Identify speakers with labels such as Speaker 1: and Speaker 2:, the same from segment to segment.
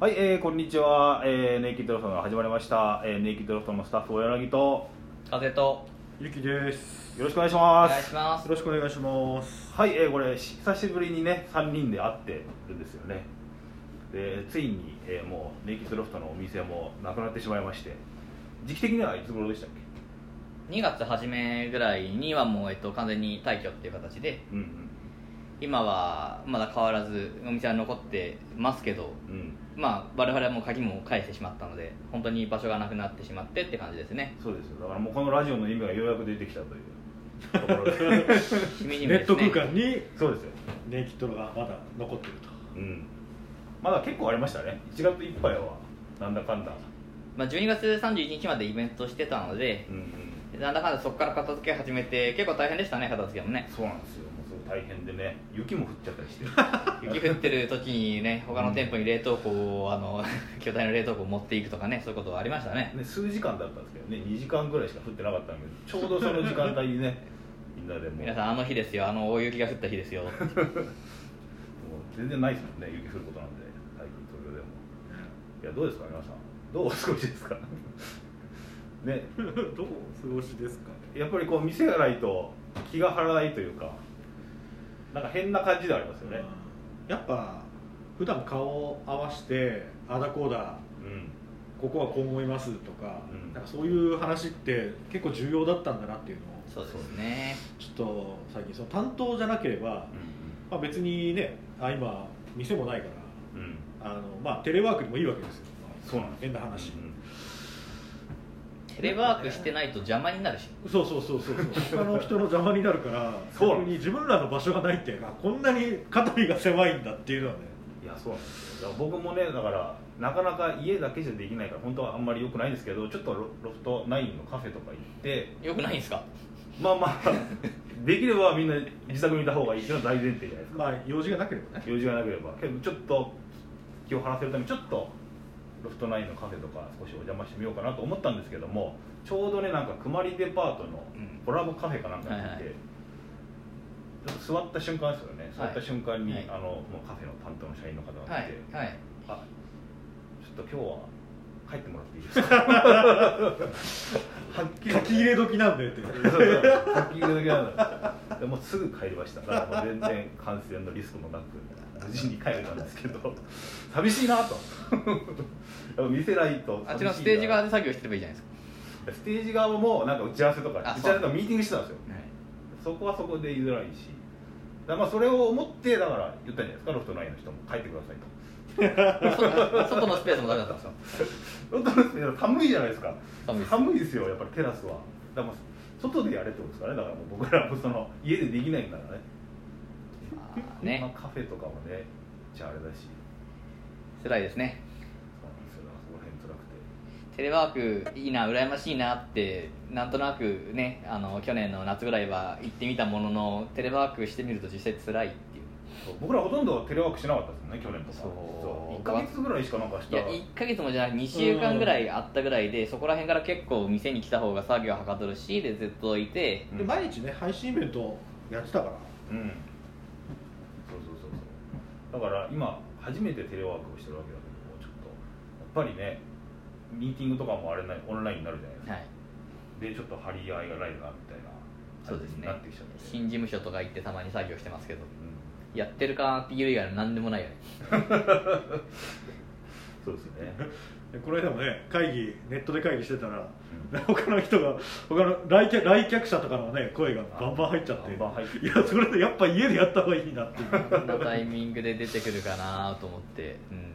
Speaker 1: はい、えーこんにちは、えーネイキッドロフトが始まりました、えーネイキッドロフトのスタッフ大柳と
Speaker 2: 風と
Speaker 3: ゆきです
Speaker 1: よろしくお願いし
Speaker 2: お
Speaker 1: ます
Speaker 2: 願いしま
Speaker 3: よ
Speaker 2: す
Speaker 3: ろしくお願いします
Speaker 1: はい、えーこれ久しぶりにね3人で会ってるんですよねでついに、えーもうネイキッドロフトのお店もなくなってしまいまして時期的にはいつ頃でしたっけ
Speaker 2: 2月初めぐらいにはもう、えっと、完全に退去っていう形で
Speaker 1: うん
Speaker 2: 今はまだ変わらずお店は残ってますけど
Speaker 1: うんうん
Speaker 2: まあ我々はもう鍵も返してしまったので本当に場所がなくなってしまってって感じですね
Speaker 1: そうですよだからもうこのラジオの意味がようやく出てきたというところで
Speaker 2: 君
Speaker 3: ネ
Speaker 2: にもで
Speaker 3: ッ
Speaker 2: す
Speaker 3: ト
Speaker 2: ね
Speaker 3: 空間に
Speaker 1: そうですよ
Speaker 3: ネイキッドがまだ残ってる と
Speaker 1: うんまだ結構ありましたね1月いっぱいはなんだかんだ
Speaker 2: まあ、12月31日までイベントしてたので
Speaker 1: うんうん
Speaker 2: なんだかんだそこから片付け始めて結構大変でしたね片付けもね
Speaker 1: そうなんですよもうすごい大変でね雪も降っちゃったり して
Speaker 2: 雪降ってる時にね他の店舗に冷凍庫をあの 巨大な冷凍庫を持っていくとかねそういうことはありましたね
Speaker 1: ね数時間だったんですけどね2時間ぐらいしか降ってなかったんだけどちょうどその時間帯にね みんなでもう
Speaker 2: 皆さんあの日ですよあの大雪が降った日ですよ
Speaker 1: もう全然ないですもんね雪降ることなんで最近東京でもいやどうですか皆さんどうお過ごしですか ね
Speaker 3: どうお過ごしですか
Speaker 1: やっぱりこう店がないと気が張らないというかなんか変な感じではありますよね
Speaker 3: やっぱ普段顔を合わしてあだこうだ
Speaker 1: うん
Speaker 3: ここはこう思いますとか,、
Speaker 1: うん
Speaker 3: なんかそういう話って結構重要だったんだなっていうのを
Speaker 2: そうですね
Speaker 3: ちょっと最近その担当じゃなければ、まあ、別にねあ今店もないか
Speaker 1: うんうん
Speaker 3: らあの、まあ、テレワークでもいいわけですよ、
Speaker 1: そうなんです
Speaker 3: 変な話
Speaker 1: うん
Speaker 2: テレワークしてないと邪魔になるし
Speaker 3: そうそうそうそう そう他の人の邪魔になるから
Speaker 1: そう
Speaker 3: 逆に自分らの場所がないってあこんなに 肩身が狭いんだっていうのはね
Speaker 1: いやそうなんですよだから僕もねだからなかなか家だけじゃできないから本当はあんまり良くないんですけどちょっとロロフト9のカフェとか行って
Speaker 2: よくないんですか
Speaker 1: まあまあ できればみんな自宅にいた方がいいっていうのは大前提じゃないですか
Speaker 3: まあ用事がなければね
Speaker 1: 用事がなければけどちょっと気を晴らせるためにちょっとロフト9のカフェとか少しお邪魔してみようかなと思ったんですけどもちょうどねなんかくまりデパートの
Speaker 2: うん
Speaker 1: コラボカフェかなんかに行って、
Speaker 2: はいはい
Speaker 1: ちょっと座った瞬間ですよね座った瞬間に、
Speaker 2: はい
Speaker 1: あのもうカフェの担当の社員の方が来て、
Speaker 2: はいはい
Speaker 1: あちょっと今日は帰ってもらっていいですか はっきり
Speaker 3: 書き入れ時なんでって
Speaker 1: そうそうはっきり言うだけなんだでもうすぐ帰りましただからもう全然感染のリスクもなく無事に帰れたんですけど 寂しいなと やっぱ見せないと寂しいな
Speaker 2: あっちのステージ側で作業してればいいじゃないで
Speaker 1: ス
Speaker 2: す
Speaker 1: テージ側もなんか打ち合わせとか打
Speaker 2: あそう
Speaker 1: ち合わせとかミーティングしてたんですよ
Speaker 2: か、
Speaker 1: そこはそこで言いづらいしだからまあそれを思ってだから言ったんじゃないですかロフト9の人も帰ってくださいと
Speaker 2: そ 外のスペースもダメだったんですよ
Speaker 1: 本当ですね寒いじゃないですか
Speaker 2: 寒いです
Speaker 1: ですよやっぱりテラスはだからもう外でやれってことですからねだからもう僕らもその家でできないんだからね
Speaker 2: まあ
Speaker 1: ま
Speaker 2: ね
Speaker 1: あカフェとかもねじゃああれだし
Speaker 2: 辛いですね
Speaker 1: そうなんですよだからそこら辺辛くて
Speaker 2: テレワークいいな羨ましいなってなんとなくねあの去年の夏ぐらいは行ってみたもののテレワークしてみると実際辛いっていう
Speaker 1: そう僕らほとんどテレワークしなかったですもんね去年とか
Speaker 2: そ
Speaker 1: 1
Speaker 2: う
Speaker 1: か月ぐらいしかなんかし
Speaker 2: い
Speaker 1: た
Speaker 2: や1ヶ月もじゃなくて2週間ぐらいあったぐらいでそこら辺から結構店に来た方が作業はかどるしでずっといて
Speaker 1: うん
Speaker 3: で毎日ね配信イベントやってたから
Speaker 1: うんそうそうそうそうだから今初めてテレワークをしてるわけだけどもちょっとやっぱりねミーティングとかもあれないオンラインになるじゃないですか、
Speaker 2: はい
Speaker 1: でちょっと張り合いがないなみたいな
Speaker 2: そうですね
Speaker 1: なってきちゃって
Speaker 2: 新 事務所とか行ってたまに作業してますけど
Speaker 1: うん
Speaker 2: やってるかなっていう以外の何でもないよね
Speaker 1: そうですね、
Speaker 3: でこの間もね会議ネットで会議してたら 他の人が他の来客来客者とかのね声がバンバン入っちゃって
Speaker 1: バンバン入って
Speaker 3: いやそれでやっぱ家でやった方がいいなっていう
Speaker 2: こんなタイミングで出てくるかなと思って、うん、
Speaker 1: なんか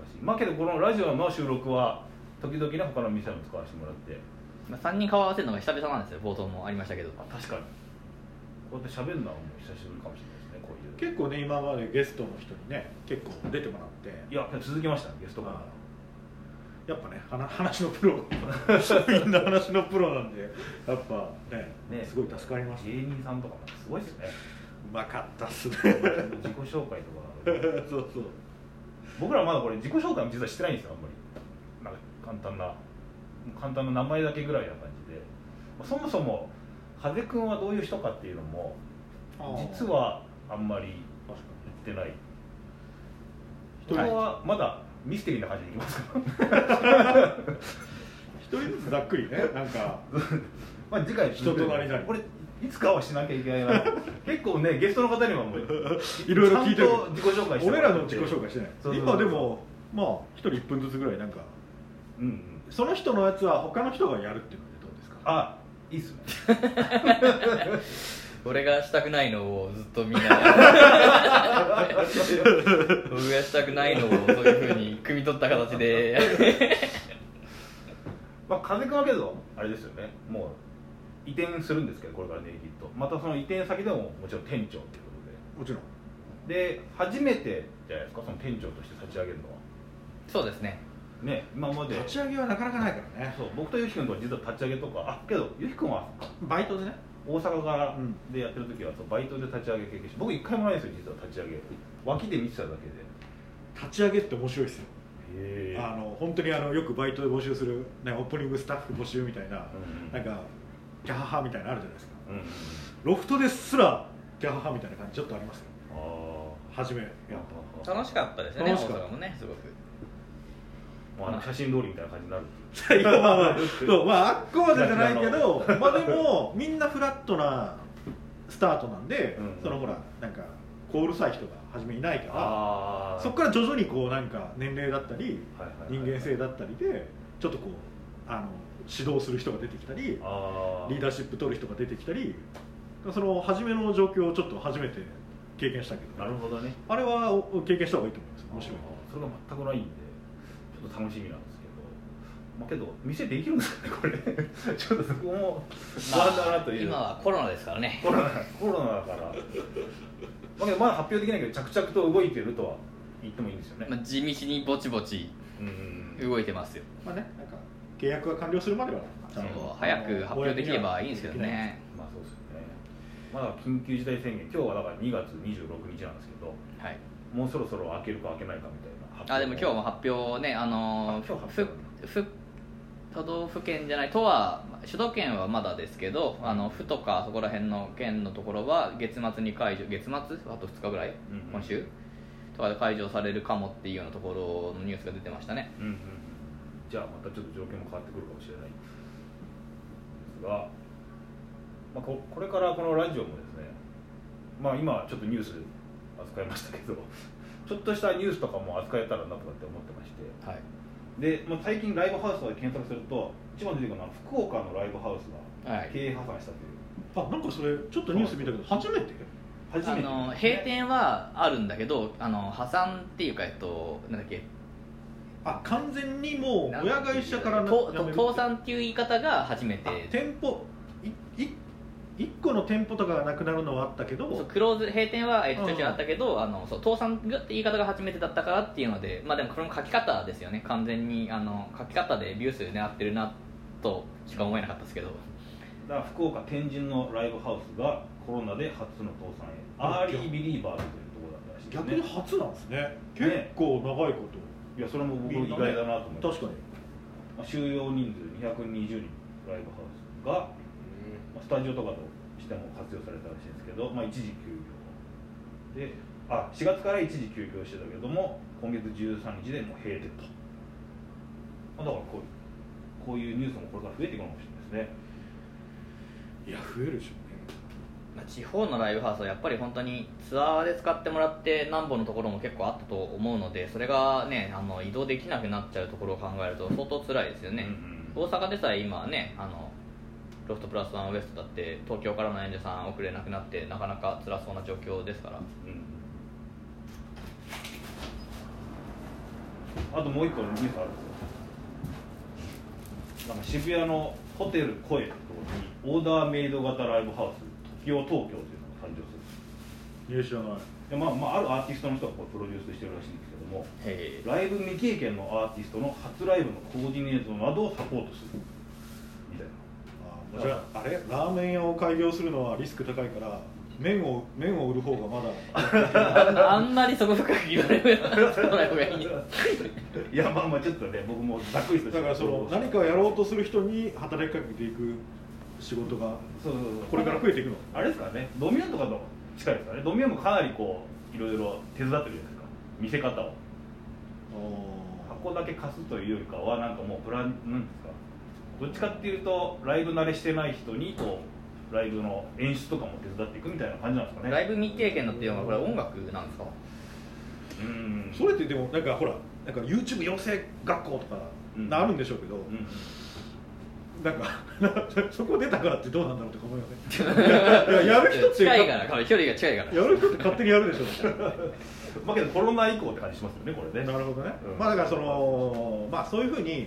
Speaker 1: 難しいまあけどこのラジオの収録は時々ね他の店も使わせてもらって
Speaker 2: まあ、3人顔合わせるのが久々なんですよ冒頭もありましたけど
Speaker 1: あ確かにこうやって喋るのはもう久しぶりかもしれないですねこういう
Speaker 3: 結構ね今までゲストの人にね結構出てもらって
Speaker 1: いや続きましたねゲストコーナー
Speaker 3: あーやっぱね話話のプロ みんな話のプロなんでやっぱね
Speaker 1: ね
Speaker 3: すごい助かりました
Speaker 1: 芸人さんとかもすごいですね
Speaker 3: うまかったっす ね
Speaker 1: 自己紹介とか
Speaker 3: そうそう
Speaker 1: 僕らまだこれ自己紹介も実はしてないんですよあんまりなんか簡単な簡単な名前だけぐらいな感じでまあそもそも風くんはどういう人かっていうのも実はあんまり
Speaker 3: 確か
Speaker 1: 言ってない人はまだミステリーな感じでいきますから
Speaker 3: 一人ずつざっくりねなんか
Speaker 1: まあ次回
Speaker 3: 人となりなり
Speaker 1: これいつかはしなきゃいけない な結構ねゲストの方にはもう
Speaker 3: いろいろ聞いてる
Speaker 1: ちゃんと自己紹介しても
Speaker 3: 俺
Speaker 1: らっ
Speaker 3: ら
Speaker 1: て
Speaker 3: の自己紹介してない
Speaker 1: そうそうそう
Speaker 3: 今でもまあ一人1分ずつぐらいなんか
Speaker 1: うんうん
Speaker 3: その人のやつは他の人がやるっていうのでどうですか
Speaker 1: あいいっすね
Speaker 2: 俺がしたくないのをずっとみんな 僕がしたくないのをそういうふうに汲み取った形で
Speaker 1: まあ風くんはけどあれですよねもう移転するんですけどこれからネイキッドまたその移転先でももちろん店長っていうこ
Speaker 3: もちろん
Speaker 1: とでで初めてじゃないですかその店長として立ち上げるのは
Speaker 2: そうですね
Speaker 1: ね今まで
Speaker 3: 立ち上げはなかなかないからね
Speaker 1: そう僕とゆきくんとは実は立ち上げとかあけどゆきくんは
Speaker 3: バイトでね
Speaker 1: 大阪から
Speaker 3: うん
Speaker 1: でやってる時はそうバイトで立ち上げ経験して僕一回もないんですよ実は立ち上げ脇で見てただけで
Speaker 3: 立ち上げって面白いですよ
Speaker 1: へ
Speaker 3: あの本当にあのよくバイトで募集する、ね、オープニングスタッフ募集みたいな、
Speaker 1: うん
Speaker 3: なんかギャハハみたいなのあるじゃないですか
Speaker 1: うん
Speaker 3: ロフトですらギャハハみたいな感じちょっとありますよ
Speaker 1: あ
Speaker 3: 初めやっ
Speaker 1: あやっ
Speaker 3: ぱ
Speaker 1: ぱ
Speaker 2: 楽しかったですよね
Speaker 3: 楽しかった
Speaker 2: 大阪もねすごく
Speaker 1: まああの写真通りみたいな感じになる
Speaker 3: いやまあまあ そうまああっこまでじゃないけどまあでもみんなフラットなスタートなんで、
Speaker 1: うん
Speaker 3: そのほらなんかこううるさい人が初めいないか
Speaker 1: あ
Speaker 3: らそこから徐々にこうなんか年齢だったり
Speaker 1: はいはいはい
Speaker 3: 人間性だったりでちょっとこうあの指導する人が出てきたり
Speaker 1: あ
Speaker 3: リーダーシップ取る人が出てきたりその初めの状況をちょっと初めて経験したけど
Speaker 1: なるほどね
Speaker 3: あれはお経験した方がいいと思います面白い
Speaker 1: あーそれが全くないんでちょっと楽しみなんですけどまあけど店できるんですかねこれ ちょっとそこも不安だなという、
Speaker 2: 今はコロナですからね
Speaker 1: コロナコロナだから、まあ、けどまだ発表できないけど着々と動いてるとは言ってもいいんですよね、
Speaker 2: まあ、地道にぼちぼち
Speaker 1: うん
Speaker 2: 動いてますよ、
Speaker 3: まあねなんか契約が完了するまではちゃんと
Speaker 2: そう早く発表できればいいんですけどね
Speaker 1: まあそうですよねまだ緊急事態宣言今日はだから2月26日なんですけど
Speaker 2: はい
Speaker 1: もうそろそろ開けるか開けないかみたいな発表
Speaker 2: あでも今日も発表ねあの
Speaker 1: あ今日発
Speaker 2: ふ
Speaker 1: 表
Speaker 2: ふ都道府県じゃない都は首都圏はまだですけどあの府とかそこら辺の県のところは月末に解除月末あと2日ぐらい、
Speaker 1: うんうん
Speaker 2: 今週とかで解除されるかもっていうようなところのニュースが出てましたね
Speaker 1: うんうんうんじゃあまたちょっと条件も変わってくるかもしれないですが、まあ、ここれからこのラジオもですね、まあ、今ちょっとニュース扱いましたけど ちょっとしたニュースとかも扱えたらなとかって思ってまして
Speaker 2: はい
Speaker 1: で、まあ、最近ライブハウスで検索すると一番出てくるのは福岡のライブハウスが
Speaker 2: はい
Speaker 1: 経営破産したという、
Speaker 3: あなんかそれちょっとニュース見たけど初めて
Speaker 1: 初め
Speaker 2: あ
Speaker 1: て
Speaker 2: の
Speaker 1: ですね
Speaker 2: 閉店はあるんだけどあの破産っていうかえっとなんだっけ
Speaker 3: あ完全にもう親会社からな
Speaker 2: と
Speaker 3: やめる
Speaker 2: と倒産っていう言い方が初めて
Speaker 3: あ店舗いい一個の店舗とかがなくなるのはあったけ
Speaker 2: そう
Speaker 3: ど
Speaker 2: クローズ閉店は、えっと
Speaker 3: うん
Speaker 2: ちょいちょいあったけど、あのそう倒産がって言い方が初めてだったからっていうので、まあ、でもこれも書き方ですよね完全にあの書き方でビュー数狙ってるなとしか思えなかったですけど
Speaker 1: だから福岡天神のライブハウスがコロナで初の倒産へアーリービリーバーズというところだったらしいですね
Speaker 3: 逆に初なんですね結構長いこ
Speaker 1: いやそれも僕意外だなと思っ
Speaker 3: と
Speaker 1: て、
Speaker 3: 確かに
Speaker 1: まあ収容人数220人ライブハウスが、まあ、スタジオとかとしても活用されたらしいんですけど、まあ、一時休業であ4月から一時休業してたけども今月13日でもう閉店と、まあ、だからこうこういうニュースもこれから増えていくかもしれないですね
Speaker 3: いや増えるでしょ
Speaker 2: まあ地方のライブハウスはやっぱり本当にツアーで使ってもらって何本のところも結構あったと思うのでそれがねあの移動できなくなっちゃうところを考えると相当辛いですよね、
Speaker 1: うんうん
Speaker 2: 大阪でさえ今ねあのロフトプラスワンウエストだって東京からの演者さん遅れなくなってなかなか辛そうな状況ですから
Speaker 1: あともう一個ニュースあるんですよなんか渋谷のホテル声のところにオーダーメイド型ライブハウス TOKIO 東京というのが誕生する
Speaker 3: ねいや知らない
Speaker 1: で、まあまあ、あるアーティストの人がこうプロデュースしてるらしいんですけども
Speaker 2: へ
Speaker 1: ライブ未経験のアーティストの初ライブのコーディネートなどをサポートするみ たいな
Speaker 3: あじゃああれラーメン屋を開業するのはリスク高いから麺を麺を売る方がま だ
Speaker 2: あんまりそこ深く言われるような人ない方がいい
Speaker 1: いやまあまあちょっとね僕もざっくりとして
Speaker 3: だからその何かをやろうとする人に働きかけていく仕事が
Speaker 1: そうそうそう
Speaker 3: これから増えていくの
Speaker 1: あれですかね、ドミアンとかと近いですかね、ドミアンもかなりこういろいろ手伝ってるじゃないですか、見せ方を。箱だけ貸すというよりかはなんかもうプランなんですかどっちかっていうとライブ慣れしてない人にこうライブの演出とかも手伝っていくみたいな感じなんですかね
Speaker 2: ライブ未経験だっていうのはこれ音楽なんですか
Speaker 1: うん
Speaker 3: それってでもなんかほらなんか YouTube 養成学校とか
Speaker 1: うん
Speaker 3: あるんでしょうけど、
Speaker 1: うん
Speaker 3: なんか そこ出たからってどうなんだろうとか思うよねいややる人って
Speaker 2: 近いから距離が近いから
Speaker 3: やる人って勝手にやるでしょ
Speaker 1: まあけどコロナ以降って感じしますよねこれね
Speaker 3: なるほどね、
Speaker 1: うん
Speaker 3: まあだからそのまあそういうふうに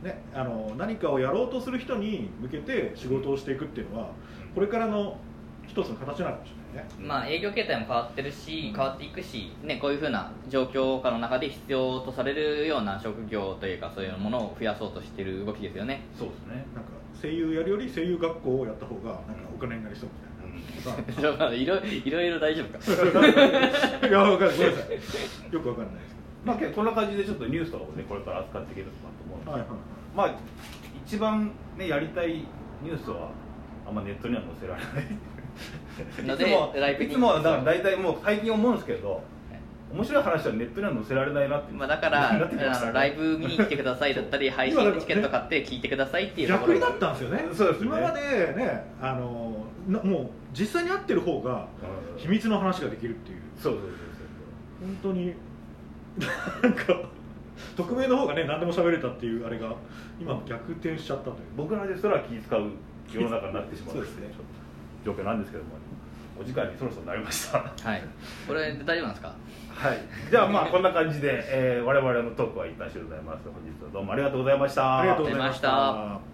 Speaker 1: うん
Speaker 3: ねあの何かをやろうとする人に向けて仕事をしていくっていうのはこれからの一つの形なのかもしれないね
Speaker 2: まあ営業形態も変わってるし変わっていくし、ね、こういうふうな状況下の中で必要とされるような職業というかそういうものを増やそうとしてる動きですよね
Speaker 1: そうですね
Speaker 3: なんか声優やるより声優学校をやった方がなんかお金になりそうみたいな、
Speaker 2: いろいろいろ大丈夫か
Speaker 3: いやわかるごめんなさいよくわかんないです
Speaker 1: まあけどこんな感じでちょっとニュースとかもねこれから扱っていければなと思うんですけど
Speaker 3: けどはいはい
Speaker 1: まあ一番ねやりたいニュースはあんまネットには載せられな
Speaker 2: の
Speaker 1: い
Speaker 2: で
Speaker 1: いつも
Speaker 2: ライブ
Speaker 1: い
Speaker 2: に
Speaker 1: つもはだから大体もう最近思うんですけど面白い話はネットには載せられないなって、
Speaker 2: まあ、だ か
Speaker 1: なってきま
Speaker 2: ら
Speaker 1: した
Speaker 2: あ
Speaker 1: ね
Speaker 2: のライブ見に来てくださいだったり配信でチケット買って聞いてくださいっていうとこ
Speaker 3: 逆
Speaker 2: ろ
Speaker 3: になったんですよね
Speaker 1: そうですね
Speaker 3: 今までねあのなもう実際に会ってる方が
Speaker 1: うん
Speaker 3: 秘密の話ができるっていう
Speaker 1: そうそうそう
Speaker 3: 本当になんか匿名の方がね何でも喋れたっていうあれが今逆転しちゃったという
Speaker 1: そう僕らですら気使う世の中になってしまう
Speaker 3: そうですね
Speaker 1: 状況なんですけどもお時間にそろそろなりましたは
Speaker 2: はいこれで大丈夫なんですか
Speaker 1: いじゃあまあこんな感じで、えー我々のトークは一旦終了でございます本日はどうもありがとうございました
Speaker 3: ありがとう
Speaker 2: う
Speaker 3: ご
Speaker 2: ござい
Speaker 3: ざいま
Speaker 2: ま
Speaker 3: し
Speaker 2: したた